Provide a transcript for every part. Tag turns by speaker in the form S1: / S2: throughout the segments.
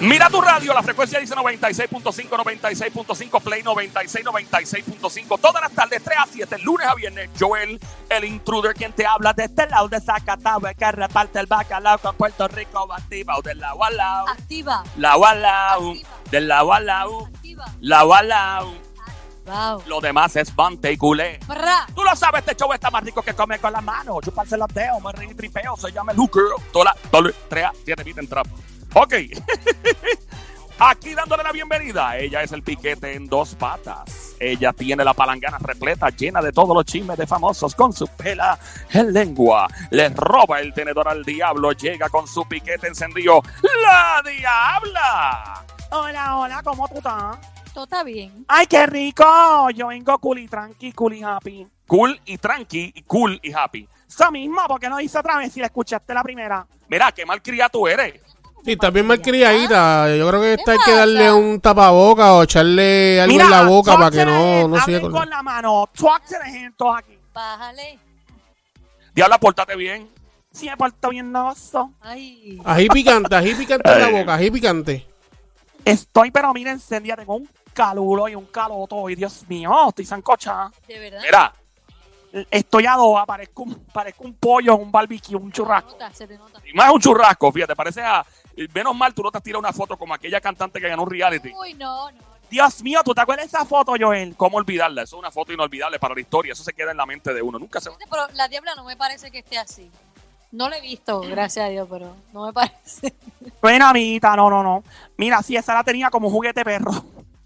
S1: Mira tu radio, la frecuencia dice 96.5, 96.5, Play 96, 96.5. Todas las tardes, 3 a 7, lunes a viernes. Joel, el intruder, quien te habla de este lado de Zacatau, el que reparte el bacalao con Puerto Rico, activa, del lado al lado,
S2: Activa.
S1: lado al lado,
S2: Activa.
S1: del lado al lado,
S2: Activa.
S1: lado al lado.
S2: Wow.
S1: Lo demás es bante y culé.
S2: Pra.
S1: Tú lo sabes, este show está más rico que comer con las manos. Chuparse los dedos, me reí tripeo, se llama el hooker. Toda la, doble, tres, siete, pita en trapo. Ok. Aquí dándole la bienvenida. Ella es el piquete en dos patas. Ella tiene la palangana repleta, llena de todos los chismes de famosos. Con su pela en lengua. Les roba el tenedor al diablo. Llega con su piquete encendido. ¡La diabla!
S3: Hola, hola, ¿cómo tú estás?
S2: Todo está bien.
S3: ¡Ay, qué rico! Yo vengo culi tranqui, culi happy.
S1: Cool y tranqui, y cool y happy.
S3: Eso mismo, porque no dice otra vez si la escuchaste la primera?
S1: Mira, qué mal cría tú eres.
S4: Sí, también mal criadita. Yo creo que esta hay que darle
S2: pasa?
S4: un tapaboca o echarle algo en la boca
S3: talk
S4: para
S3: to the
S4: que no,
S3: hand,
S4: no siga
S3: hablen
S4: con...
S3: con... la mano. Talk to the hand, todos aquí.
S2: Bájale.
S1: Diabla, pórtate bien.
S3: Si me porto bien noso.
S2: Ay.
S4: Ají picante, ají picante en la
S1: Ay.
S4: boca, ají picante.
S3: Estoy, pero mira, encendida. Tengo un calulo y un caloto. Y Dios mío, estoy sancochada.
S2: De verdad.
S1: Mira,
S3: Estoy adoba, parezco un, parezco un pollo, un barbecue, un
S2: Se
S3: churrasco.
S2: te nota, se te nota.
S1: y más un churrasco, fíjate, parece a. eh, Menos mal tú no te has tirado una foto como aquella cantante que ganó un reality.
S2: Uy, no, no. no.
S3: Dios mío, ¿tú te acuerdas de esa foto, Joel?
S1: ¿Cómo olvidarla? Eso es una foto inolvidable para la historia. Eso se queda en la mente de uno. Nunca se.
S2: Fíjate, Este, Pero la diabla no me parece que esté así. No la he visto, gracias a Dios, pero no me parece.
S3: Bueno, amiguita, no, no, no. Mira, sí, esa la tenía como un juguete perro.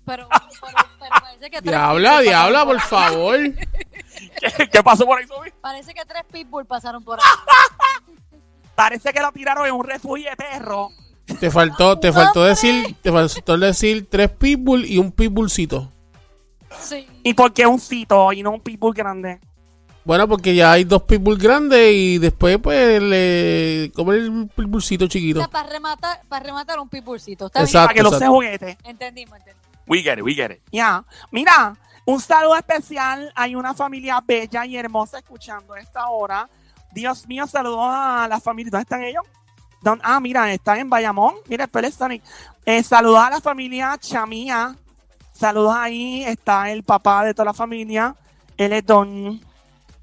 S2: Pero, pero, pero parece que tres
S4: Diabla,
S2: pitbull
S4: diabla,
S2: pasaron
S4: por
S2: ahí.
S4: favor.
S1: ¿Qué, qué pasó por ahí, Sobi?
S2: Parece que tres pitbull pasaron por ahí.
S3: Parece que lo tiraron en un refugio de perro.
S4: Te faltó, te faltó
S2: Hombre.
S4: decir, te faltó decir tres pitbull y un pitbullcito.
S2: Sí.
S3: ¿Y por qué un cito y no un pitbull grande?
S4: Bueno, porque ya hay dos pitbull grandes y después pues le come el pitbullcito
S2: O
S4: chiquito.
S2: sea, para rematar, para rematar un pitbullcito. ¿Está
S3: Para
S4: Exacto,
S3: que lo se
S4: exacto.
S3: juguete.
S2: bien? Entendimos, entendimos.
S1: We get it, we get it.
S3: Ya. Mira, un saludo especial. Hay una familia bella y hermosa escuchando a esta hora. Dios mío, saludos a la familia. ¿Dónde están ellos? ¿Dónde- Ah, mira, están en Bayamón. Mira, el Sonic. Eh, saludos a la familia Chamía. Saludos ahí. Está el papá de toda la familia. Él es Don.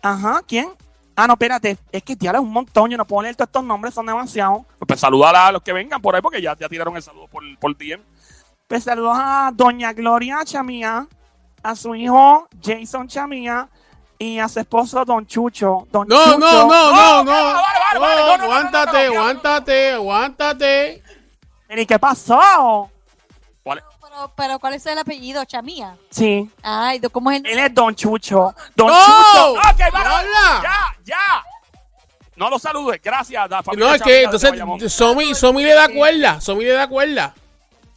S3: Ajá, ¿quién? Ah, no, espérate. Es que diablo es un montón. Yo no puedo leer todos estos nombres, son demasiados.
S1: Pues saludar a los que vengan por ahí porque ya, ya tiraron el saludo por, por DM.
S3: Pues saludos a Doña Gloria Chamía, a su hijo Jason Chamía y a su esposo Don Chucho. Don
S4: No,
S3: Chucho.
S4: no, no, no, no.
S1: vale, vale, vale, vale, no, no,
S4: No,
S1: no, no,
S4: Aguántate,
S1: no, no, no.
S4: aguántate, aguántate.
S3: Pero, ¿Y qué pasó?
S1: ¿Cuál es?
S2: Pero, pero, ¿cuál es el apellido? Chamía.
S3: Sí,
S2: Ay, ¿cómo es el
S3: él es Don Chucho. Don
S4: ¡No!
S3: Chucho.
S1: ¡Ok, vale!
S4: ¡Habla!
S1: ¡Ya, ya! No lo saludes, gracias. a la familia
S4: No, es
S1: Chavita
S4: que
S1: de
S4: entonces
S1: Bayamón.
S4: Somi, Somi le da cuerda, Somi le da cuerda.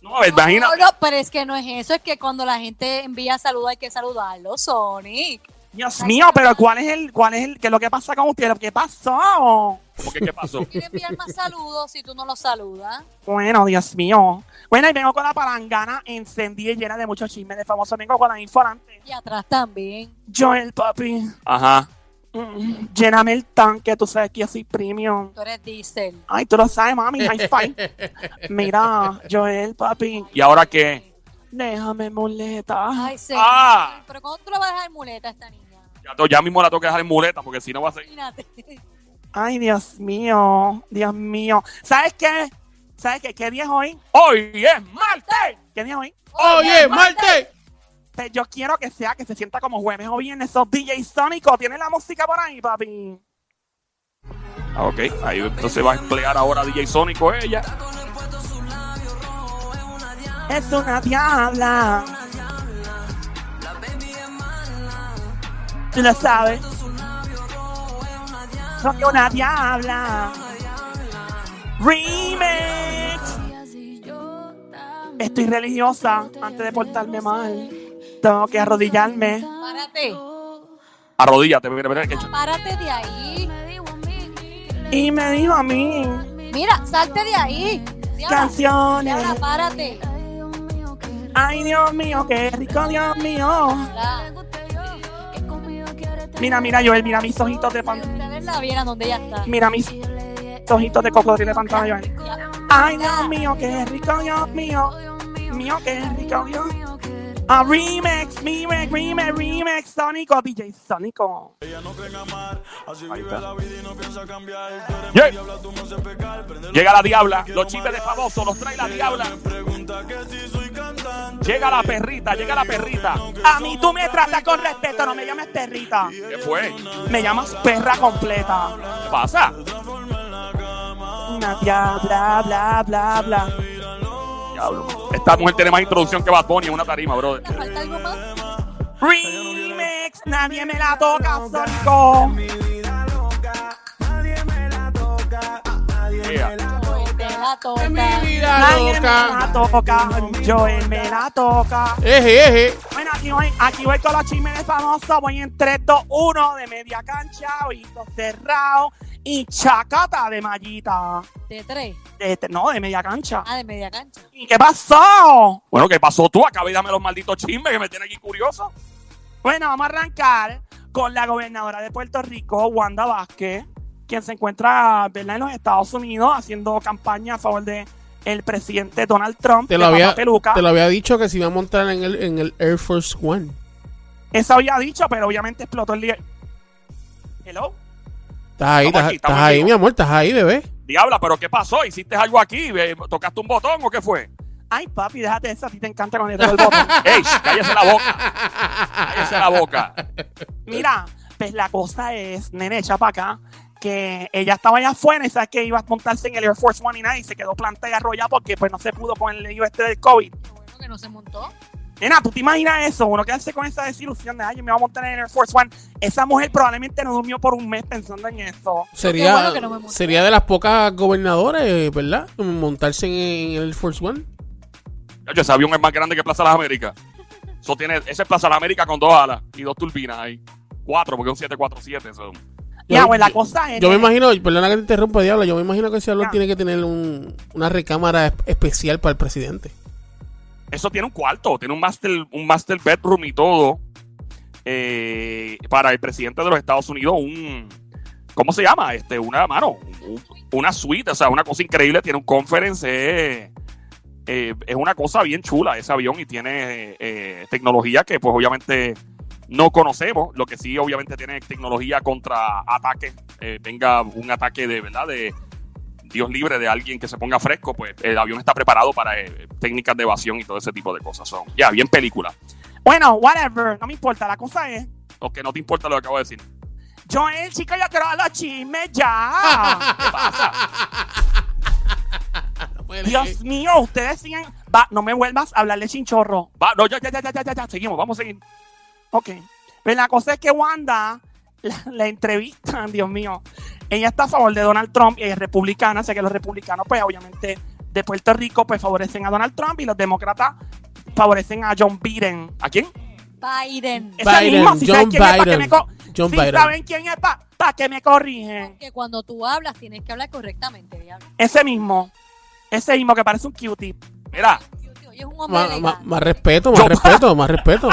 S1: No, a ver, imagina.
S2: No, no, pero es que no es eso, es que cuando la gente envía saludos hay que saludarlo, Sonic.
S3: Dios mío, pero ¿cuál es el, cuál es el, qué es lo que pasa con usted? ¿Qué pasó?
S1: ¿Por qué? ¿Qué pasó?
S2: Quiere enviar más saludos si tú no lo saludas.
S3: Bueno, Dios mío. Bueno, y vengo con la palangana encendida y llena de muchos chismes de famoso. Vengo con la info adelante.
S2: Y atrás también.
S3: Joel, papi,
S1: Ajá.
S3: mm, lléname el tanque. Tú sabes que yo soy premium.
S2: Tú eres diésel.
S3: Ay, tú lo sabes, mami, high five. Mira, Joel, papi,
S1: ¿Y ahora qué?
S3: déjame muleta.
S2: Ay, señor.
S1: ¡Ah!
S2: Pero ¿cuándo tú la vas a dejar en muleta a esta niña?
S1: Ya, to- ya mismo la tengo que dejar en muleta porque si no va a ser.
S2: Imagínate.
S3: Ay, Dios mío, Dios mío. ¿Sabes qué? ¿Sabes qué? ¿Qué día es hoy?
S1: ¡Hoy es martes!
S3: ¿Qué día es hoy?
S4: Oye, Marte.
S3: Te- Yo quiero que sea, que se sienta como jueves o viernes. Esos DJ Sónicos, ¿tienes la música por ahí, papi?
S1: Ah, ok, ahí entonces va a emplear ahora DJ Sónico ella.
S3: Es una diabla. Tú lo sabes. Soy una diabla. Remix. Estoy religiosa antes de portarme mal. Tengo que arrodillarme.
S2: Párate.
S1: Arrodíllate, mira, mira, que ch-
S2: Párate de ahí.
S3: Y me dijo a mí,
S2: Mira, salte de ahí. Diabla,
S3: canciones.
S2: Diabla, párate.
S3: Ay, Dios mío, qué rico, Dios mío.
S2: La-
S3: Mira, mira, Joel, mira mis ojitos de pan.
S2: Si ustedes la vieran donde ella está.
S3: Mira mis ojitos de cocodrilo de pantalla. Joel. Ay, Dios
S2: Mira,
S3: mío, qué rico, Dios mío. Mío, qué rico, Dios. A remix, remix, remix, remix, Sónico, DJ Sónico.
S1: Yeah. Llega la diabla, los chismes de famoso los trae la diabla. Llega la perrita, llega la perrita.
S3: A mí tú me tratas con respeto, no me llames perrita.
S1: ¿Qué fue?
S3: Me llamas perra completa.
S1: ¿Qué pasa?
S3: Una diabla, bla, bla, bla.
S1: Diablo. Esta mujer tiene más introducción que Bad Bunny en una tarima, brother.
S2: ¿te falta algo más?
S3: Remix, nadie me la toca, Sónico.
S1: Yeah.
S2: Joel, te la toca.
S3: Nadie me la toca, Joel me la toca.
S4: Eje, eje.
S3: Bueno, aquí voy, aquí voy con los chismes de famosos. Voy en 3, 2, 1 de media cancha, ojitos cerrados y chacata de mallita.
S2: De tres.
S3: De- de- no, de media cancha.
S2: Ah, de media cancha.
S3: ¿Y qué pasó?
S1: Bueno, ¿qué pasó tú? Acabé y dame los malditos chismes que me tienen aquí curioso.
S3: Bueno, vamos a arrancar con la gobernadora de Puerto Rico, Wanda Vázquez, quien se encuentra ¿verdad? en los Estados Unidos haciendo campaña a favor de el presidente Donald Trump.
S4: Te
S3: de
S4: lo,
S3: Papá
S4: había,
S3: Peluca.
S4: te lo había dicho que se iba a montar en el, en el Air Force One.
S3: Eso había dicho, pero obviamente explotó el día. Hello.
S4: Estás ahí, estás,
S1: Estamos aquí, estamos
S4: estás ahí,
S1: vivos.
S4: mi amor, estás ahí, bebé.
S1: Diabla, ¿pero qué pasó? ¿Hiciste algo aquí? Eh, ¿Tocaste un botón o qué fue?
S3: Ay, papi, déjate eso. A ti te encanta con el botón.
S1: ¡Ey! sh, ¡Cállese la boca! ¡Cállese la boca!
S3: Mira, pues la cosa es, nene, echa para acá, que ella estaba allá afuera y sabes que iba a montarse en el Air Force One y nada, y se quedó plantada y arrollada porque pues no se pudo con el lío este del COVID.
S2: Qué bueno que no se montó.
S3: Nena, ¿tú te imaginas eso? Uno quedarse con esa desilusión de, ay, yo me voy a montar en el Air Force One. Esa mujer probablemente no durmió por un mes pensando en eso.
S4: Sería,
S2: bueno que no me monté.
S4: sería de las pocas gobernadoras, eh, ¿verdad? Montarse en, en el Air Force One.
S1: Yo em- ese avión es más grande que Plaza de las Américas. Eso tiene, ese es Plaza de las Américas con dos alas y dos turbinas ahí. Cuatro, porque es un 747. Eso.
S3: Ya,
S4: Yo-
S3: güey, la
S4: yo-
S3: cosa es...
S4: Yo me
S3: nene,
S4: imagino, perdona que te interrumpa, Diabla, yo me imagino que ese valor
S3: Ah.
S4: tiene que tener un- una recámara es- especial para el presidente.
S1: Eso tiene un cuarto, tiene un master, un master bedroom y todo. eh, para el presidente de los Estados Unidos, un. ¿Cómo se llama? Este, una mano. un- una suite, o sea, una cosa increíble. Tiene un conference. eh, eh, es una cosa bien chula ese avión y tiene eh, tecnología que, pues, obviamente no conocemos. Lo que sí, obviamente, tiene tecnología contra ataques. eh, venga un ataque de verdad de Dios libre de alguien que se ponga fresco, pues el avión está preparado para eh, técnicas de evasión y todo ese tipo de cosas. Son ya bien película.
S3: Bueno, whatever, no me importa. La cosa es,
S1: O que no te importa lo que acabo de decir.
S3: Joel, chico, yo quiero los chismes ya.
S4: Eh,
S3: Dios mío, ustedes siguen... Va, no me vuelvas a hablarle chinchorro.
S1: Va, no, ya, ya, ya, ya, ya, ya, ya, seguimos, vamos a seguir.
S3: Ok. Pero la cosa es que Wanda, la, la entrevistan, Dios mío. Ella está a favor de Donald Trump y es republicana. Así que los republicanos, pues obviamente, de Puerto Rico, pues favorecen a Donald Trump y los demócratas favorecen a John Biden.
S1: ¿A quién?
S2: Biden.
S3: Ese
S4: Biden,
S3: mismo, si saben
S4: John
S3: quién es, pa' que
S4: Biden,
S3: me co-
S4: John
S3: si
S4: Biden.
S3: saben quién es, para que me corrigen.
S2: Que cuando tú hablas tienes que hablar correctamente, diablo.
S3: Ese mismo. Ese mismo que parece un cutie.
S1: Mira,
S2: Oye, es un hombre
S4: Ma- ma-
S2: elegante.
S4: más respeto, más
S1: Yo-
S4: respeto, más respeto.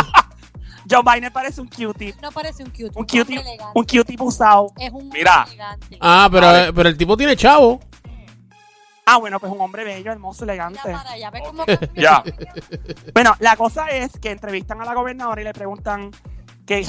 S3: John Biden parece un cutie.
S2: No parece un cute.
S3: Un
S2: hombre
S3: cutie,
S2: elegante.
S3: un cutie usado.
S2: Es un hombre
S1: Mira.
S2: elegante.
S4: Ah, pero,
S1: Vale.
S4: eh, pero el tipo tiene chavo.
S3: Ah, bueno, pues un hombre bello, hermoso,
S2: Mira
S3: elegante.
S2: para allá, ¿ves cómo
S1: Ya.
S3: Bueno, la cosa es que entrevistan a la gobernadora y le preguntan qué,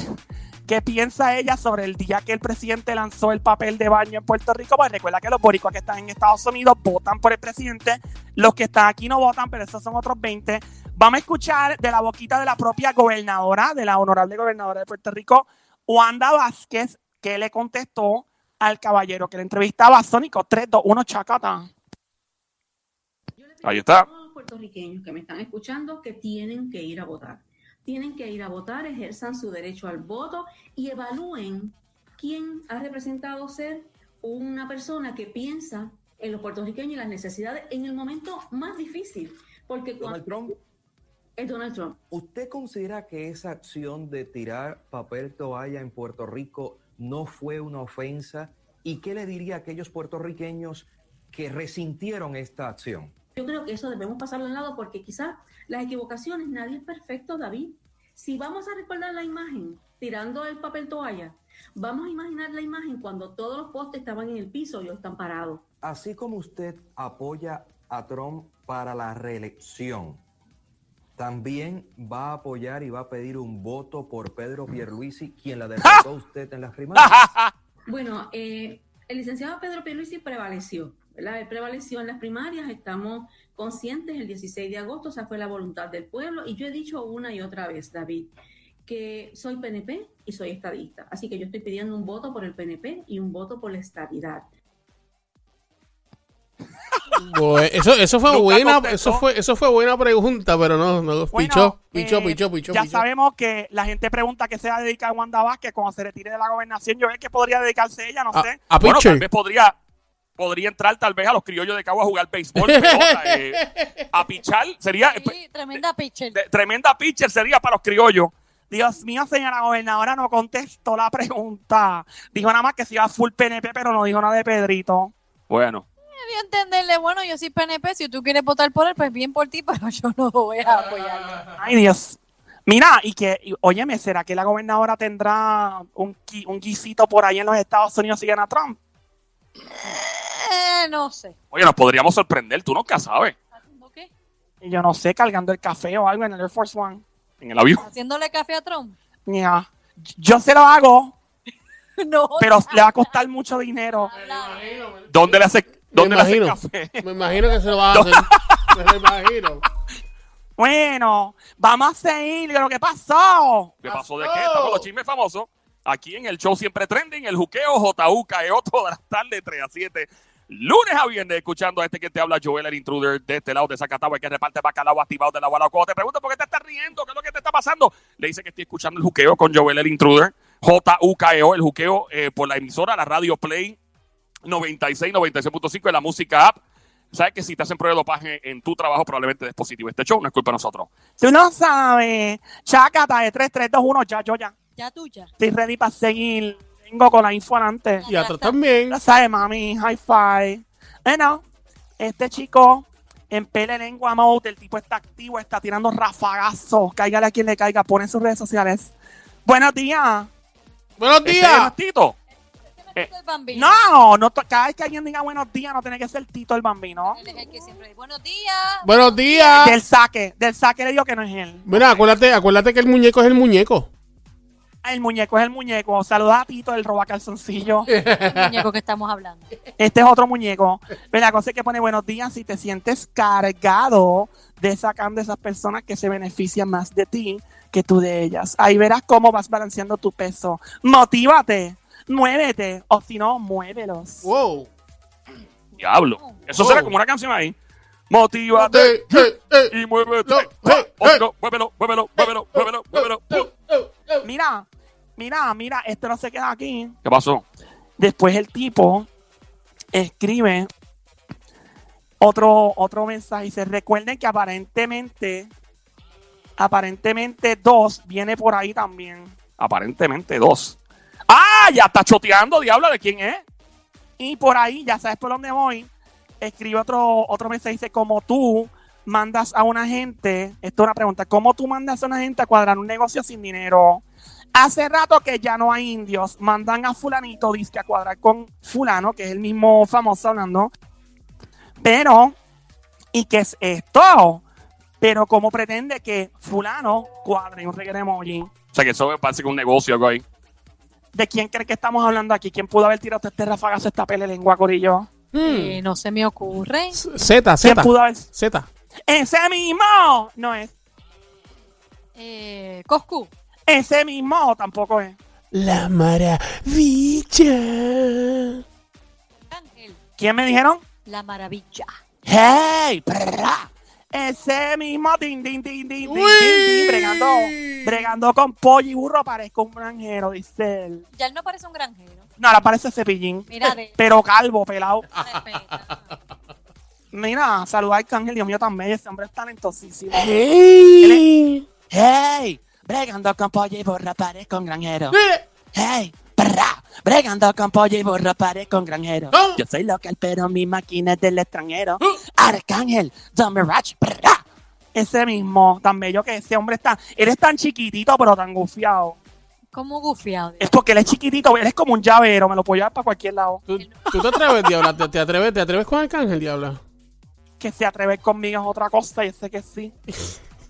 S3: qué piensa ella sobre el día que el presidente lanzó el papel de baño en Puerto Rico. Pues recuerda que los boricuas que están en Estados Unidos votan por el presidente, los que están aquí no votan, pero esos son otros 20. Vamos a escuchar de la boquita de la propia gobernadora, de la honorable gobernadora de Puerto Rico, Wanda Vázquez, que le contestó al caballero que le entrevistaba a Sónico 321 Chacata.
S1: Ahí está.
S5: todos los puertorriqueños que me están escuchando que tienen que ir a votar. Tienen que ir a votar, ejerzan su derecho al voto y evalúen quién ha representado ser una persona que piensa en los puertorriqueños y las necesidades en el momento más difícil. Porque
S6: Donald
S5: cuando
S6: Trump,
S5: es Donald Trump.
S6: ¿usted considera que esa acción de tirar papel toalla en Puerto Rico no fue una ofensa? ¿Y qué le diría a aquellos puertorriqueños que resintieron esta acción?
S5: Yo creo que eso debemos pasarlo de lado porque quizás las equivocaciones, nadie es perfecto, David. Si vamos a recordar la imagen tirando el papel toalla, vamos a imaginar la imagen cuando todos los postes estaban en el piso y hoy están parados.
S6: así como usted apoya a Trump para la reelección, también va a apoyar y va a pedir un voto por Pedro Pierluisi, quien la derrotó a usted en las primarias.
S5: Bueno, eh, el licenciado Pedro Pierluisi prevaleció, ¿verdad? Él prevaleció en las primarias, estamos conscientes, el 16 de agosto, esa fue la voluntad del pueblo, y yo he dicho una y otra vez, David, que soy PNP y soy estadista, así que yo estoy pidiendo un voto por el PNP y un voto por la estadidad.
S4: Bueno, Pues, eso, eso fue
S1: Nunca
S4: buena,
S1: contestó.
S4: eso fue, eso fue buena pregunta, pero no, no,
S3: Bueno,
S4: pichó, pichó,
S3: eh,
S4: pichó, pichó,
S3: Ya
S4: pichó.
S3: sabemos que la gente pregunta que se va a dedicar Wanda Vázquez cuando se retire de la gobernación. Yo veo que podría dedicarse ella, no
S4: A,
S3: sé.
S4: a
S1: Bueno,
S4: pitcher.
S1: tal vez podría, podría entrar tal vez a los criollos de Cabo a jugar béisbol, pelota, eh, a pichar. Sería eh,
S2: Sí, tremenda pitcher.
S1: de- tremenda pitcher sería para los criollos.
S3: Dios mío, señora gobernadora, no contestó la pregunta. Dijo nada más que se iba full PNP, pero no dijo nada de Pedrito.
S1: Bueno,
S2: Debía entenderle, bueno, yo soy PNP, si tú quieres votar por él, pues bien por ti, pero yo no voy a apoyarlo.
S3: Ay, Dios. Mira, y que, y, óyeme, ¿será que la gobernadora tendrá un, qui- un guisito por ahí en los Estados Unidos si gana Trump?
S2: Eh, no sé.
S1: oye, nos podríamos sorprender, tú nunca sabes,
S2: ¿Haciendo qué?
S3: Y yo no sé, cargando el café o algo en el Air Force One.
S1: en el avión.
S2: ¿Haciéndole café a Trump?
S3: Ya. Yo se lo hago,
S2: No.
S3: pero le va a costar mucho dinero.
S2: habla.
S1: ¿Dónde le hace, dónde
S4: me
S1: le hace
S4: imagino,
S1: café?
S4: me imagino que se lo va a hacer. me lo imagino.
S3: Bueno, vamos a seguir con lo que pasó.
S1: ¿Qué pasó de qué? Estamos los chismes famosos. Aquí en el show siempre trending, el juqueo JUKEO todas las tardes 3 a 7. Lunes a viernes, escuchando a este que te habla, Joel, el intruder de este lado de Zacatagua, el que reparte bacalao activado de la guala. Cuando te pregunto por qué te estás riendo, qué es lo que te está pasando, le dice que estoy escuchando el juqueo con Joel, el intruder. JUKEO, el juqueo eh, por la emisora, la Radio Play 96, 96.5 de la música app. Sabes que si te hacen prueba de dopaje en tu trabajo, probablemente es positivo este show, no es culpa de nosotros.
S3: Tú no sabes. Chacata de 3, 3, 2, 1. Ya, yo ya.
S2: Ya tuya.
S3: Estoy ready para seguir. Vengo con la info antes.
S4: Y atrás también.
S3: Ya sabes, mami. High five. Bueno, este chico en pele lengua mode. El tipo está activo, está tirando rafagazos. Cáigale a quien le caiga. Pone en sus redes sociales. Buenos días.
S4: Buenos
S1: Ese es el
S4: días.
S1: Tito.
S2: Ese no es el bambino.
S3: No, no to- cada vez que alguien diga buenos días, no tiene que ser Tito el bambino.
S2: Él es el que siempre dice, buenos días.
S4: Buenos días.
S3: Del saque. Del saque le digo que no es él.
S4: Mira, acuérdate, acuérdate que el muñeco es el muñeco.
S3: El muñeco es el muñeco. Saluda a Tito, el roba calzoncillo.
S2: El muñeco que estamos hablando.
S3: Este es otro muñeco. Pero la cosa es que pone buenos días si te sientes cargado de sacar de esas personas que se benefician más de ti que tú de ellas. Ahí verás cómo vas balanceando tu peso. Motívate, muévete, o si no, muévelos.
S4: Wow.
S1: Diablo. Eso
S4: Oh.
S1: será como una canción ahí. Motívate
S4: Eh, eh, eh.
S1: y muévete.
S4: No,
S1: Ah,
S4: eh,
S1: oh,
S4: eh.
S1: no, Muévelo, muévelo, muévelo, muévelo, muévelo. Uh,
S3: Mira, mira, mira, esto no se queda aquí.
S1: ¿Qué pasó?
S3: Después el tipo escribe otro, otro mensaje y dice, recuerden que aparentemente, aparentemente dos viene por ahí también.
S1: Aparentemente dos. ¡Ah! Ya está choteando, diablo, ¿de quién es?
S3: Y por ahí, ya sabes por dónde voy, escribe otro, otro mensaje dice, como tú mandas a una gente, esto es una pregunta, ¿cómo tú mandas a una gente a cuadrar un negocio sin dinero? Hace rato que ya no hay indios, mandan a fulanito, dice a cuadrar con fulano, que es el mismo famoso hablando. Pero, ¿y qué es esto? Pero ¿cómo pretende que fulano cuadre un reggae emoji?
S1: O sea, que eso me parece que un negocio algo ahí.
S3: ¿De quién cree que estamos hablando aquí? ¿Quién pudo haber tirado este rafagazo, esta pele lengua, Corillo?
S4: Hmm.
S2: Eh, no se me ocurre.
S4: Z, Z,
S3: ¿Quién pudo haber
S4: Z.
S3: Ese mismo no es.
S2: Eh, Coscu.
S3: Ese mismo tampoco es.
S4: La maravilla.
S2: Ángel.
S3: ¿Quién me dijeron?
S2: La maravilla.
S3: ¡Hey! perra! Ese mismo din, din, din, din, din,
S4: Uy.
S3: din, din, bregando, bregando con pollo y burro, parezco un granjero, dice él.
S2: Ya él no parece un granjero.
S3: No, ahora parece cepillín.
S2: Mira, de
S3: Pero calvo, pelado.
S2: respeta.
S3: Mira, saluda al Arcángel, Dios mío, tan bello. Ese hombre es talentosísimo.
S4: ¡Hey!
S3: ¡Hey! Bregando con pollo y burro, parezco un granjero.
S4: Mire,
S3: ¡Hey! ¡Perra! Bregando con pollo y burro, parezco un granjero.
S4: Ah.
S3: Yo soy local, pero mi máquina es del extranjero. Arcángel, Don Mirage, ¡perra! Ese mismo, tan bello que ese hombre está. Eres tan chiquitito, pero tan gufiado.
S2: como gufiado.
S3: Es porque él es chiquitito, él es como un llavero, me lo puedo llevar para cualquier lado.
S4: ¿Tú, tú te atreves, Diabla? ¿Te, te atreves, ¿Te atreves con Arcángel, Diabla?
S3: Que se atreve conmigo es otra cosa, yo sé que sí.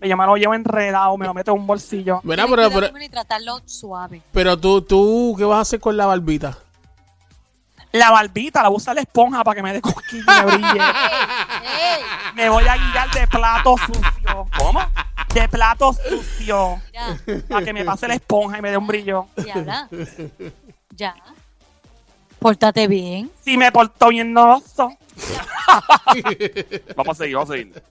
S3: Me llama, lo llevo enredado, me lo meto en un bolsillo.
S4: Mira,
S2: Tienes
S4: pero,
S2: que
S4: pero,
S2: darle y tratarlo suave.
S4: pero tú, tú, ¿qué vas a hacer con la barbita?
S3: La barbita, la voy a usar la esponja para que me dé cosquillas y me brille.
S2: ¡Ey!
S3: Me voy a guiar de plato sucio. ¿Cómo? De plato sucio.
S2: Mira,
S3: Para que me pase la esponja y me dé un brillo.
S2: Diabla. Ya. Pórtate bien.
S3: Si me porto bien nodoso.
S1: Vamos a seguir, vamos a seguir.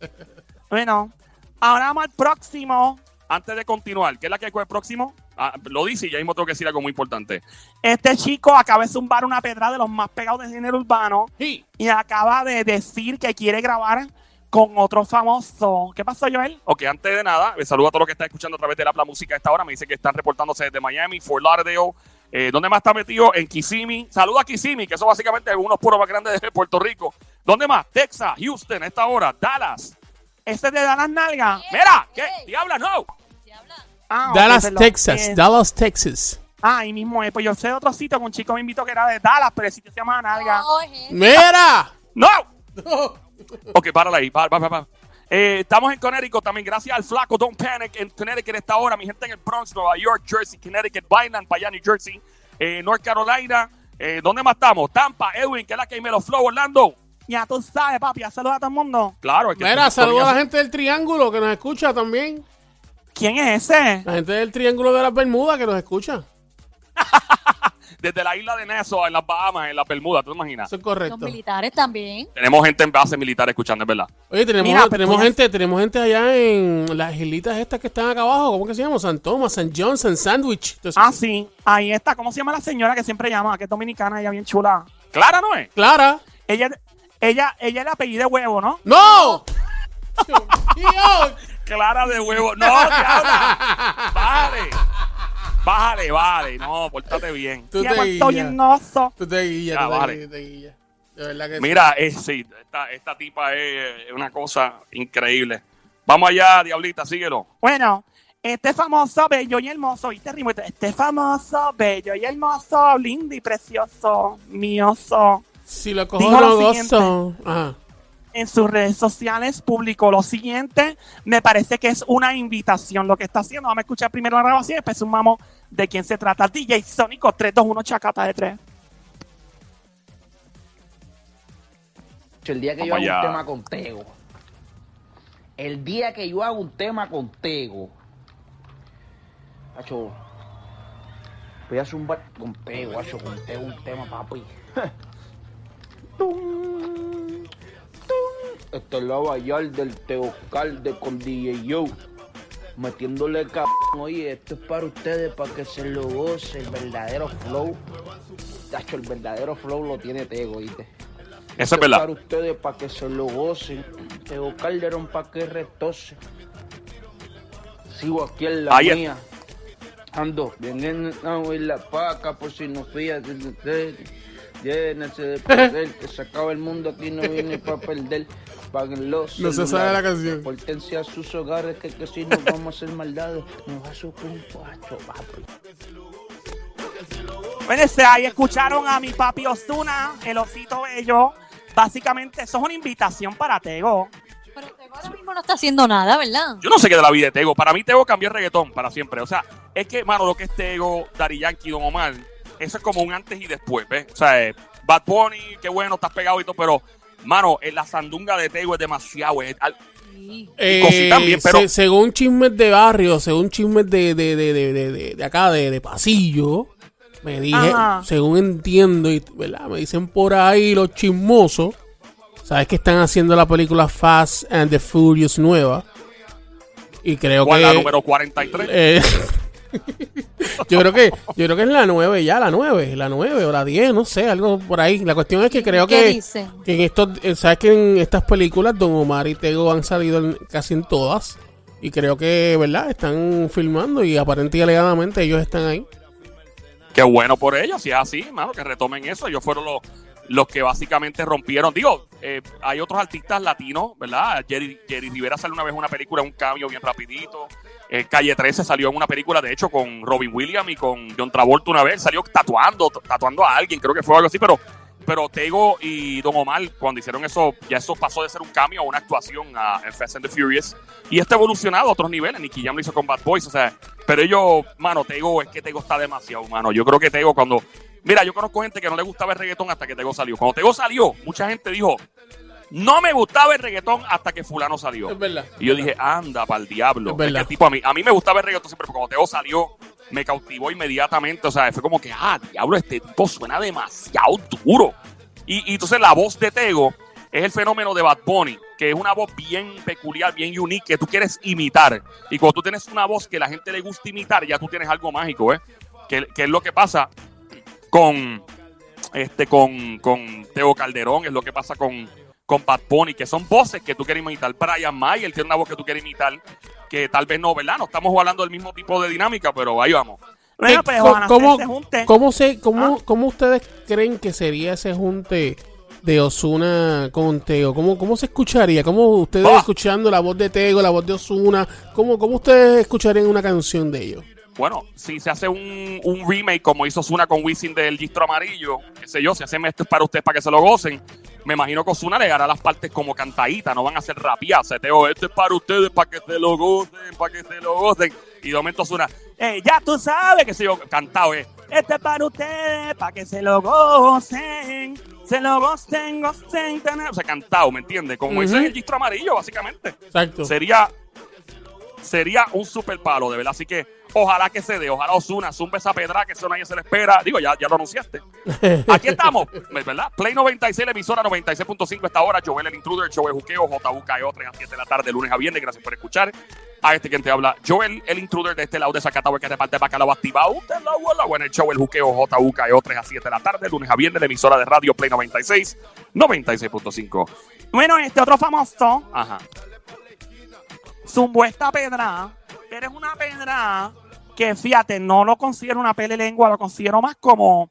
S3: Bueno, ahora vamos al próximo.
S1: Antes de continuar, ¿qué es la que es el próximo? Ah, lo dice y ya mismo tengo que decir algo muy importante.
S3: Este chico acaba de zumbar una pedra de los más pegados del género urbano
S4: Sí.
S3: y acaba de decir que quiere grabar con otro famoso. ¿Qué pasó, Joel?
S1: Ok, antes de nada, les saludo a todos los que están escuchando a través de la Pla Música a esta hora. Me dice que están reportándose desde Miami, Fort Lauderdale. Eh, ¿Dónde más está metido? En Kissimmee. Saludo a Kissimmee, que son básicamente unos puros más grandes de Puerto Rico. ¿Dónde más? Texas, Houston, a esta hora, Dallas.
S3: ¿Ese es de Dallas Nalga?
S1: ¡Mira! ¿Qué?
S2: Ey.
S1: ¡Diabla, no!
S2: Diabla.
S3: Ah, ok,
S4: Dallas,
S3: perdón.
S4: Texas.
S3: Eh,
S4: Dallas, Texas.
S3: Ah, ahí mismo es. Pues yo sé de otro sitio que un chico me invitó que era de Dallas, pero el sitio se llama Nalga.
S2: No, es eso.
S4: ¡Mira!
S1: ¡No! Ok, párala ahí, para, para, para. Eh, estamos en Connecticut también, gracias al flaco Don't Panic en Connecticut esta hora. Mi gente en el Bronx, Nueva York, Jersey, Connecticut, Binance, para allá, New Jersey, eh, North Carolina. Eh, ¿Dónde más estamos? Tampa, Edwin, que es la que me los flow, Orlando.
S3: Ya tú sabes, papi. Ya saluda a todo el mundo.
S1: Claro, es que
S4: Mira, saluda a la
S1: gente.
S4: gente del Triángulo que nos escucha también.
S3: ¿Quién es ese?
S4: La gente del Triángulo de las Bermudas que nos escucha.
S1: Desde la isla de Nassau, en las Bahamas, en las Bermudas, ¿tú te imaginas?
S4: Eso es
S2: Los
S4: correcto.
S2: militares también.
S1: Tenemos gente en base militar escuchando, es verdad.
S4: Oye, tenemos,
S3: Mira, pero
S4: tenemos
S3: tú ya-
S4: gente, tenemos gente allá en las islitas estas que están acá abajo, ¿cómo que se llama? San Thomas, San John, San Sandwich. Entonces,
S3: Ah, sí. Ahí está. ¿Cómo se llama la señora que siempre llama? Que es dominicana, ella bien chula.
S1: Clara no es.
S4: Clara.
S3: Ella, ella, ella le apellido de huevo, ¿no?
S4: ¡No! Dios mío.
S1: Clara de huevo. No, diabla. Bájale. Bájale, bájale. No, pórtate bien.
S4: Tú
S3: me
S4: te
S3: porto
S4: guías.
S3: bien nodoso.
S4: Tú te guías,
S1: Ya,
S4: tú te
S1: vale.
S4: guías, te guías. De verdad que sí.
S1: Mira, eh, sí, esta, esta tipa es eh, una cosa increíble. Vamos allá, Diablita, síguelo.
S3: Bueno, este famoso, bello y hermoso, ¿viste, Rimo? Este famoso, bello y hermoso, lindo y precioso, mioso.
S4: Si lo cojo,
S3: dijo
S4: no
S3: lo
S4: gozo. Ajá.
S3: En sus redes sociales publicó lo siguiente. Me parece que es una invitación lo que está haciendo. Vamos a escuchar primero la grabación y después sumamos de quién se trata. DJ Sónico 321 Chacata de 3.
S7: El día que yo
S1: Vamos
S7: hago un
S1: allá.
S7: tema contigo. El día que yo hago un tema contigo. Hacho. Voy a zumbar contigo, hacho, contigo un tema, papi. Tum, tum. Esta es la vallar del Teocalde con DJ Yo. Metiéndole cabrón, oye, esto es para ustedes, para que se lo goce el verdadero flow. Hacho, el verdadero flow lo tiene Tego, oíste.
S1: Eso es
S7: Esto
S1: verdad.
S7: Para ustedes, para que se lo gocen. Teo Calderón, para que retose. Sigo aquí en la
S1: Ahí es-
S7: mía. Ando, vienen a la paca, por si no fías. Llénense de poder, que se acaba el mundo, aquí no viene para perder. Páguenlo.
S4: No se sabe la canción.
S7: Portense a sus hogares, que, que si nos vamos a hacer maldades, nos va a su pacho, papi.
S3: Bueno, este, ahí escucharon a mi papi Osuna, el osito bello. Básicamente, eso es una invitación para Tego.
S2: Pero Tego ahora mismo no está haciendo nada, ¿verdad?
S1: Yo no sé qué de la vida de Tego. Para mí, Tego cambió el reggaetón para siempre. O sea, es que, mano, lo que es Tego, Dari Yankee, Don Omar, eso es como un antes y después, ¿ves? O sea, eh, Bad Bunny, qué bueno, estás pegado y todo, pero, mano, eh, la sandunga de Tego es demasiado. es al-
S2: Sí.
S4: Eh,
S1: Cosí también, pero-
S4: se- según chismes de barrio, según chismes de, de, de, de, de- de- de acá, de, de pasillo, me dije,
S3: Ajá.
S4: según entiendo, y, ¿verdad? Me dicen por ahí los chismosos, ¿sabes que están haciendo la película Fast and the Furious nueva? Y creo
S1: ¿Cuál
S4: que...
S1: la número 43?
S4: eh, yo creo que yo creo que es la 9 ya, la 9, la 9 o la 10, no sé, algo por ahí. La cuestión es que creo
S2: ¿Qué
S4: que
S2: dicen?
S4: que en estos, eh, sabes que en estas películas Don Omar y Tego han salido en- casi en todas y creo que, ¿verdad? Están filmando y aparentemente y alegadamente ellos están ahí.
S1: Qué bueno por ellos, si es así, mano, que retomen eso. Ellos fueron los, los que básicamente rompieron. Digo, eh, hay otros artistas latinos, ¿verdad? Jerry, Jerry Rivera sale una vez una película, un cambio bien rapidito.
S3: Eh, Calle 13 salió en una película, de hecho, con Robin Williams y con John Travolta una vez. Salió tatuando, t- tatuando a alguien, creo que fue algo así, pero, pero Tego y Don Omar, cuando hicieron eso, ya eso pasó de ser un cambio a una actuación a, en Fast and the Furious. Y está evolucionado a otros niveles. Nicky Jam lo hizo con Bad Boys, o sea, pero ellos, mano, Tego, es que Tego está demasiado, mano. Yo creo que Tego cuando. Mira, yo conozco gente que no le gustaba el reggaetón hasta que Tego salió. Cuando Tego salió, mucha gente dijo, no me gustaba el reggaetón hasta que fulano salió.
S4: Es verdad.
S3: Y yo dije, anda, para el diablo.
S4: Es verdad.
S3: Es que, tipo, a mí, a mí me gustaba el reggaetón siempre, pero cuando Teo salió, me cautivó inmediatamente. O sea, fue como que, ah, diablo, este tipo suena demasiado duro. Y, y entonces la voz de Tego es el fenómeno de Bad Bunny, que es una voz bien peculiar, bien unique, que tú quieres imitar. Y cuando tú tienes una voz que la gente le gusta imitar, ya tú tienes algo mágico, ¿eh? Que, que es lo que pasa con, este, con, con Teo Calderón, es lo que pasa con, con Bad Bunny, que son voces que tú quieres imitar. Brian Mayer tiene una voz que tú quieres imitar, que tal vez no, ¿verdad? No estamos hablando del mismo tipo de dinámica, pero ahí vamos. Eh,
S8: Bueno,
S4: ¿Qué-
S8: pues
S4: co-
S8: ojalá
S4: cómo-
S8: se ¿Ah? junten.
S4: ¿Cómo, se, cómo, cómo ustedes creen que sería ese junte de Osuna con Tego? ¿Cómo, ¿Cómo se escucharía? ¿Cómo ustedes
S3: Ah.
S4: escuchando la voz de Tego, la voz de Osuna? ¿Cómo, ¿Cómo ustedes escucharían una canción de ellos?
S3: Bueno, si se hace un, un remake como hizo Zuna con Wisin del Gistro Amarillo, qué sé yo, si hacen esto es para ustedes para que se lo gocen, me imagino que Osuna le hará las partes como cantadita, no van a ser rapeadas. Seteo, esto es para ustedes para que se lo gocen, para que se lo gocen. Y de momento Osuna,
S8: Eh, ya tú sabes.
S3: ¿sabe qué sé yo? Cantado, ¿eh?
S8: Este es para ustedes, para que se lo gocen. Se lo gocen, gocen. tan-
S3: O sea, cantado, ¿me entiendes? Como dice
S4: Ujú.
S3: el Gistro Amarillo, básicamente.
S4: Exacto.
S3: sería sería un super palo, de verdad. Así que ojalá que se dé, ojalá Osuna zumbe esa pedra que eso nadie se le espera. Digo, ya, ya lo anunciaste. Aquí estamos, ¿verdad? Play 96, la emisora 96.5 esta hora. Joel el Intruder, el show de Juqueo, JUKEO, 3 E a 7 de la tarde, lunes a viernes. Gracias por escuchar. A este quien te habla, Joel el Intruder, de este lado de Zacatau, que reparte bacalao activado. Usted lo abuela. Bueno, el show El Juqueo, JUKEO, 3 E a 7 de la tarde, lunes a viernes, la emisora de radio Play 96, 96.5.
S8: Bueno, este otro famoso
S3: Ajá.
S8: zumbó esta pedra, pero es una pedra que, fíjate, no lo considero una pele lengua, lo considero más como,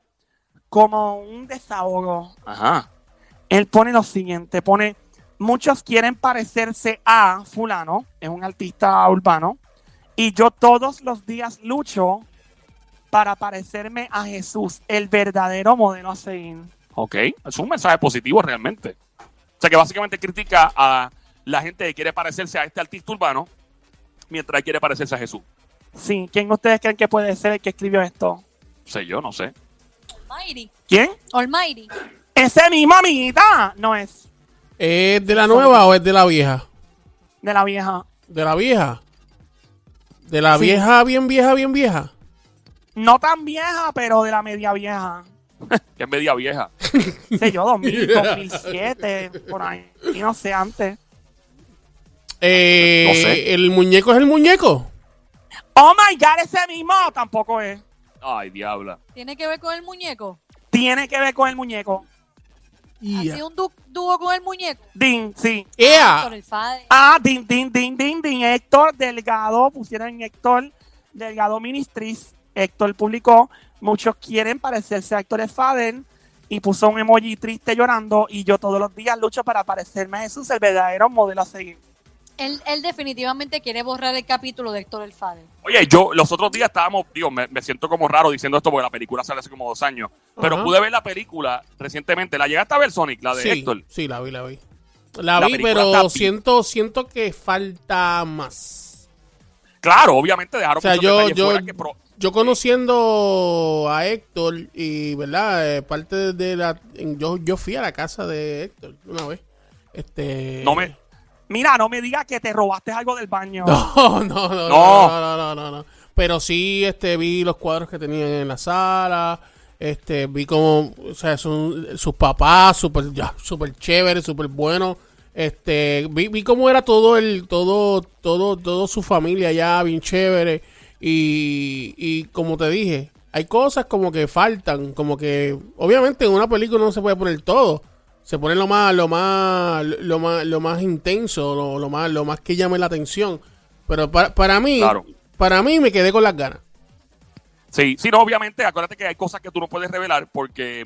S8: como un desahogo.
S3: Ajá.
S8: Él pone lo siguiente, pone, muchos quieren parecerse a fulano, es un artista urbano, y yo todos los días lucho para parecerme a Jesús, el verdadero modelo a seguir.
S3: Ok, es un mensaje positivo realmente. O sea que básicamente critica a la gente que quiere parecerse a este artista urbano mientras quiere parecerse a Jesús.
S8: Sí, ¿quién ustedes creen que puede ser el que escribió esto?
S3: Sé yo, no sé.
S2: Almighty.
S8: ¿Quién?
S2: Almighty.
S8: Ese mismo, amiguita. No es
S4: ¿Es de la nueva o es de la vieja?
S8: de la vieja.
S4: De la vieja. De la
S8: Sí.
S4: vieja, bien vieja, bien vieja.
S8: No tan vieja, pero de la media vieja.
S3: Que es media vieja.
S8: Sé yo, 2000, 2007, por ahí. Y no sé, antes.
S4: Eh,
S3: No sé.
S4: El muñeco es el muñeco.
S8: Oh my God, ese mismo tampoco es.
S3: Ay, diabla.
S2: Tiene que ver con el muñeco.
S8: Tiene que ver con el muñeco.
S2: Ha sido un du- dúo con el muñeco.
S8: Din, sí.
S2: Con
S4: ¡Ea!
S2: el Fade.
S8: Ah, din, din, din, din, din. Héctor Delgado, pusieron Héctor Delgado Ministris. Héctor publicó, muchos quieren parecerse a Héctor Faden y puso un emoji triste llorando y yo todos los días lucho para parecerme a Jesús, el verdadero modelo a seguir.
S2: Él, él definitivamente quiere borrar el capítulo de Héctor el Fade.
S3: Oye, yo los otros días estábamos, digo, me, me siento como raro diciendo esto porque la película sale hace como dos años. Pero
S4: Ajá.
S3: pude ver la película recientemente. ¿La llegaste a ver, Sonic? La de
S4: Sí,
S3: Héctor.
S4: sí, la vi, la vi. La,
S3: La
S4: vi,
S3: película está
S4: pero
S3: bien.
S4: siento, siento que falta más.
S3: Claro, obviamente dejaron
S4: O sea,
S3: muchos
S4: yo,
S3: detalles
S4: yo,
S3: fuera que pro-
S4: yo conociendo a Héctor y, ¿verdad? Eh, parte de la... en- Yo, yo fui a la casa de Héctor una vez. Este...
S3: no me...
S8: Mira, no me digas que te robaste algo del baño.
S4: No, no, no, no,
S3: No.
S4: no, no, no, no. Pero sí, este, vi los cuadros que tenían en la sala, este, vi como, o sea, son- sus papás, súper, ya, súper chévere, súper bueno. Este, vi, vi cómo era todo el, todo, todo, todo su familia ya, bien chévere. Y, y como te dije, hay cosas como que faltan, como que, obviamente en una película no se puede poner todo. Se pone lo más, lo más, lo más, lo más intenso, lo, lo más, lo más que llame la atención. Pero para, para mí,
S3: Claro.
S4: para mí me quedé con las ganas.
S3: Sí, sí, no, obviamente, acuérdate que hay cosas que tú no puedes revelar porque,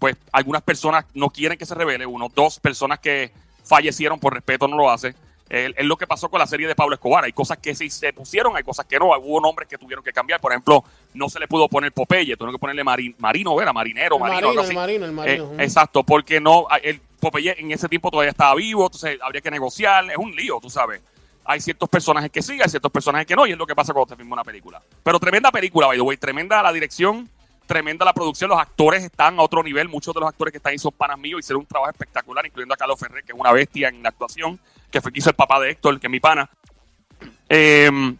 S3: pues, algunas personas no quieren que se revele. Uno, dos personas que fallecieron por respeto no lo hacen. Es es lo que pasó con la serie de Pablo Escobar. Hay cosas que sí se pusieron, hay cosas que no. Hubo nombres que tuvieron que cambiar. Por ejemplo, no se le pudo poner Popeye, tuvieron que ponerle Marin- Marino, era Marinero,
S4: El
S3: Marino, algo
S4: marino, el
S3: así.
S4: marino, el marino.
S3: Eh, exacto, porque no, ah, el Popeye en ese tiempo todavía estaba vivo, entonces habría que negociar, es un lío, tú sabes. Hay ciertos personajes que sí, hay ciertos personajes que no, y es lo que pasa cuando te filma una película. Pero tremenda película, by the way, tremenda la dirección, tremenda la producción, los actores están a otro nivel, muchos de los actores que están ahí son panas míos, hicieron un trabajo espectacular, incluyendo a Carlos Ferrer, que es una bestia en la actuación, que fue que hizo el papá de Héctor, que es mi pana. Em,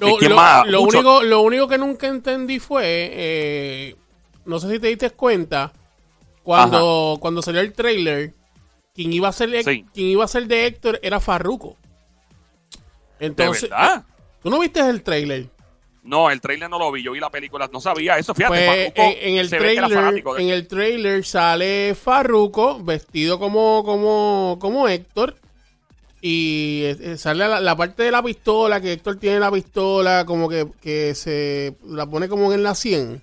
S3: ¿y
S4: Lo,
S3: quién
S4: lo-
S3: más?
S4: lo
S3: Mucho.
S4: único, lo único que nunca entendí fue, eh, no sé si te diste cuenta, cuando, cuando salió el trailer, quien iba a ser Hec-
S3: Sí.
S4: quien iba a ser de Héctor era Farruko.
S3: ¿De
S4: Entonces,
S3: verdad?
S4: ¿tú no viste el trailer?
S3: No, el trailer no lo vi, yo vi la película, no sabía eso, fíjate,
S4: Pues,
S3: Farruko
S4: en, en el
S3: se ve que era
S4: trailer,
S3: fanático de-
S4: en el trailer sale Farruko vestido como, como, como Héctor. Y eh, sale la, la parte de la pistola, que Héctor tiene la pistola, como que, que se la pone como en la
S3: Ajá.
S4: 100.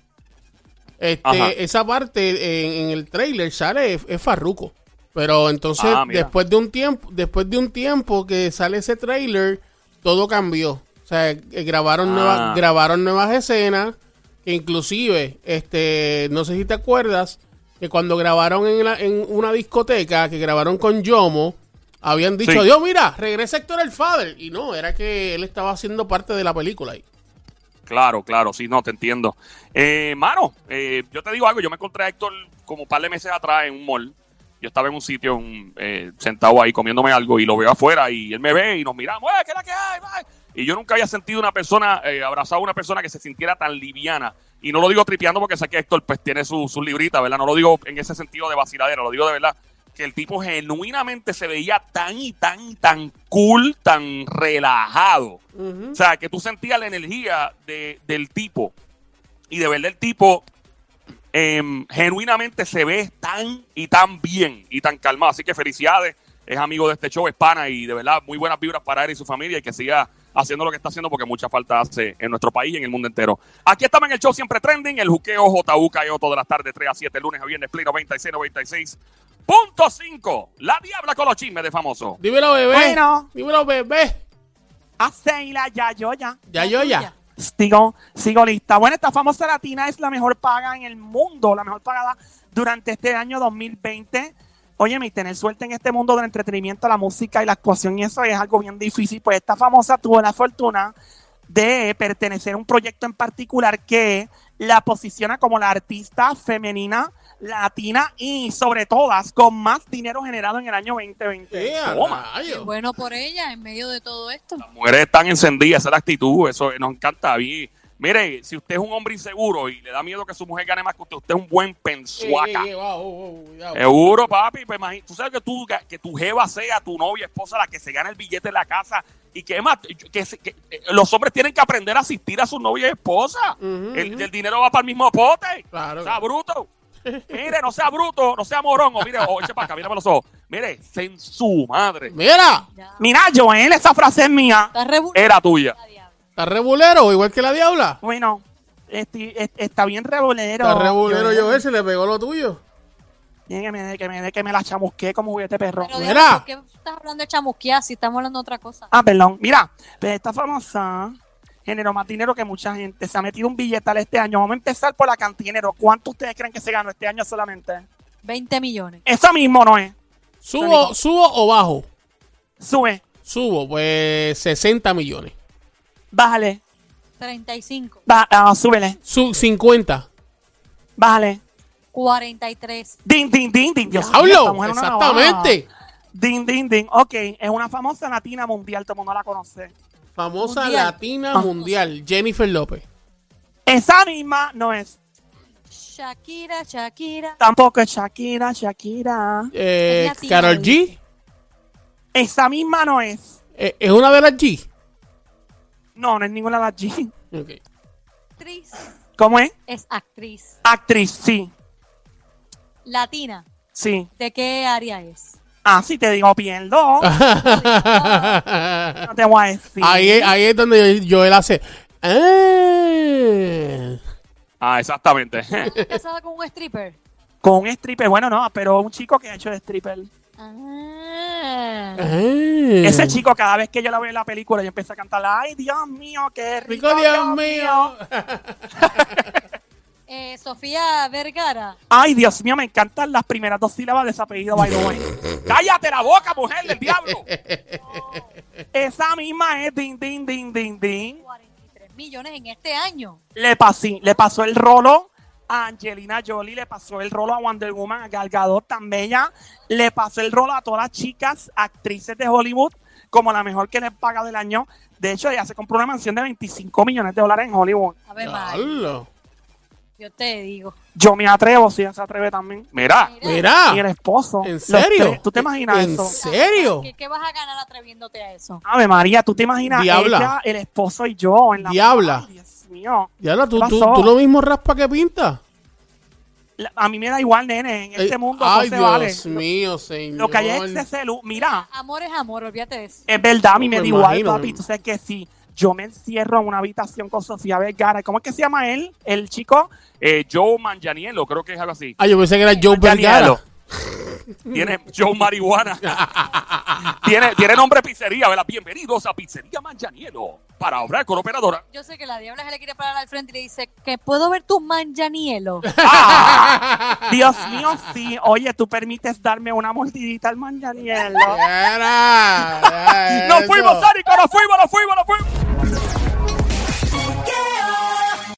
S4: Este, esa parte eh, en, el trailer sale es, es Farruko. Pero entonces,
S3: Ah, mira.
S4: después de un tiempo, después de un tiempo que sale ese trailer, todo cambió. O sea, eh, grabaron
S3: Ah.
S4: nuevas, grabaron nuevas escenas. Que inclusive, este, no sé si te acuerdas, que cuando grabaron en, la- en una discoteca, que grabaron con Yomo, habían dicho,
S3: Sí.
S4: Dios, mira, regresa Héctor el Father. Y no, era que él estaba haciendo parte de la película ahí.
S3: Claro, claro, sí, no, te entiendo. Eh, mano, eh, yo te digo algo, yo me encontré a Héctor como un par de meses atrás en un mall. Yo estaba en un sitio un, eh, sentado ahí comiéndome algo y lo veo afuera y él me ve y nos miramos, ¡eh, qué es la que hay! va?" Y yo nunca había sentido una persona, eh, abrazado a una persona que se sintiera tan liviana. Y no lo digo tripeando porque sé que Héctor pues tiene su- sus libritas, ¿verdad? No lo digo en ese sentido de vaciladera, lo digo de verdad. Que el tipo genuinamente se veía tan y tan, y tan cool, tan relajado. O sea, que tú sentías la energía de- del tipo. Y de verdad el tipo em, genuinamente se ve tan y tan bien y tan calmado. Así que felicidades. Es amigo de este show, es pana y de verdad muy buenas vibras para él y su familia y que siga haciendo lo que está haciendo porque mucha falta hace en nuestro país y en el mundo entero. Aquí estamos en el show siempre trending, el juqueo JUK y Otto de E las tardes 3 a 7, lunes a viernes, play 96, 96.5. La diabla con los chismes de famoso.
S4: Dímelo, bebé.
S9: Bueno.
S4: Dímelo, bebé.
S9: A Seila, ya yo, ya.
S4: Ya, yo, ya.
S9: Sigo, sigo lista. Bueno, esta famosa latina es la mejor paga en el mundo, la mejor pagada durante este año 2020. Oye, mi tener suerte en este mundo del entretenimiento, la música y la actuación, y eso es algo bien difícil. Pues esta famosa tuvo la fortuna de pertenecer a un proyecto en particular que la posiciona como la artista femenina latina y sobre todas con más dinero generado en el año 2020.
S4: Eh, a
S3: Toma.
S4: rayos.
S2: Bueno por ella, en medio de todo esto.
S3: Las mujeres están encendidas, esa es la actitud, eso nos encanta. Y, mire, si usted es un hombre inseguro y le da miedo que su mujer gane más que usted, usted es un buen
S4: Eh, eh,
S3: pensuaca.
S4: eh, wow, wow, wow, cuidado.
S3: Seguro, papi. Pues imagi- tú sabes que, tú, que tu jeva sea tu novia, esposa, la que se gana el billete en la casa. Y que más, que, se- que, eh, los hombres tienen que aprender a asistir a su novia y esposa.
S4: Ujú,
S3: el,
S4: ujú.
S3: el dinero va para el mismo pote.
S4: Claro.
S3: O sea, bruto. Mire, no sea bruto, no sea morón. O mire, o eche para acá, mírame los ojos. Mire, sen su madre.
S4: Mira,
S2: Ya.
S9: Mira, Joel, esa frase es mía.
S2: Está revolviendo
S3: Era tuya.
S2: la diabla.
S4: está rebulero, igual que la diabla.
S9: Bueno, este- est- está bien revolero.
S4: está rebulero,
S9: Joel.
S4: yo ese le pegó lo tuyo.
S9: Tiene que me dé, que me dé, que me la chamusqué como juguete perro.
S2: Pero
S4: Mira.
S2: diabla, ¿por qué estás hablando de chamusquear si estamos hablando de otra cosa?
S9: Ah, perdón. Mira, pues esta famosa generó más dinero que mucha gente. Se ha metido un billetal este año. Vamos a empezar por la cantidad de dinero. ¿Cuánto ustedes creen que se ganó este año solamente?
S2: 20 millones.
S9: Eso mismo no es.
S4: ¿Subo,
S9: Sónico.
S4: subo o bajo?
S9: Sube,
S4: Subo, pues 60 millones.
S9: bájale,
S2: 35.
S9: ba- ah, súbele,
S4: Sub 50.
S9: bájale.
S2: 43.
S9: Din, din, din, din. Dios mío, esta
S4: ¡Hablo!
S9: mujer es una navaja.
S4: Exactamente.
S9: Din, din, din. Ok, es una famosa latina mundial. Todo el mundo la conoce.
S4: Famosa
S2: Mundial.
S4: latina
S9: Ah.
S4: mundial, Jennifer López.
S9: Esa misma no es.
S2: Shakira, Shakira.
S9: Tampoco es Shakira, Shakira.
S4: Eh,
S2: Es latina,
S4: Carol G.
S2: dice.
S9: Esa misma no es.
S4: Eh, ¿Es una de las G?
S9: No, no es ninguna de las G.
S4: Ok.
S2: Actriz.
S9: ¿Cómo es?
S2: Es actriz.
S9: Actriz, sí,
S2: Latina.
S9: sí.
S2: ¿De qué área es?
S9: Ah, sí, te digo, pierdo. no te voy a decir.
S4: ahí, es- ahí es donde yo- Joel hace. "Ah".
S3: Ah, exactamente.
S2: Casada con un stripper.
S9: Con un stripper, bueno, no, pero un chico que ha hecho de stripper.
S2: Ah.
S4: Ah.
S3: Ese chico, cada vez que yo la veo en la película, yo empiezo a cantarla. Ay, Dios mío, qué rico.
S4: Rico, Dios mío.
S2: Eh, Sofía Vergara.
S3: Ay, Dios mío, me encantan las primeras dos sílabas de ese apellido, by the way. ¡Cállate la boca, mujer del diablo! Esa misma es din, din, din, din, din.
S2: 43 millones en este año.
S3: Le, pasí, le pasó el rolo a Angelina Jolie, le pasó el rolo a Wonder Woman, a Gal Gadot, tan bella. Le pasó el rolo a todas las chicas, actrices de Hollywood, como la mejor que les paga del año. De hecho, ella se compró una mansión de 25 millones de dólares en Hollywood.
S2: A ver, Mari,
S4: Diablo.
S2: yo te digo.
S3: Yo me atrevo, si ella se atreve también.
S1: Mira,
S3: Y el
S4: Mira,
S3: esposo.
S4: Ah, ¿en
S3: los
S4: serio?
S3: tres. ¿Tú te imaginas
S4: ¿En
S3: eso?
S4: serio?
S2: ¿Qué, qué vas a ganar atreviéndote a eso?
S3: Ave María, ¿tú te imaginas
S4: Diabla.
S3: ella, el esposo y yo en la
S4: Diabla.
S3: Ay, Dios mío.
S4: Diablo, tú,
S3: ¿Qué
S4: tú,
S3: pasó?
S4: tú lo mismo raspa que pinta.
S3: La- A mí me da igual, nene, en este
S4: Eh,
S3: mundo
S4: Ay,
S3: todo
S4: Dios
S3: se vale.
S4: mío, señor.
S3: Lo que hay es celu. Mira,
S2: Amor es amor, olvídate de eso.
S3: es verdad, a mí
S4: No
S3: me
S4: me
S3: da igual,
S4: imagino.
S3: papi. Tú sabes que si yo me encierro en una habitación con Sofía Vergara, ¿cómo es que se llama él? El chico.
S1: eh, Joe Manganiello, creo que es algo así.
S4: Ah, yo pensé que era Joe
S1: Danielo.
S4: Vergara.
S1: Tiene Joe Marihuana. tiene, tiene nombre de pizzería, ¿verdad? Bienvenidos a Pizzería Manganiello. Para hablar con operadora.
S2: Yo sé que la diabla se le quiere parar al frente y le dice que puedo ver tu manjanielo.
S3: Ah. Dios mío, sí. Oye, tú permites darme una mordidita al manganiello.
S4: Era, era
S1: ¡Nos fuimos,
S4: eso.
S1: Sónico! ¡Nos fuimos, nos fuimos, nos fuimos!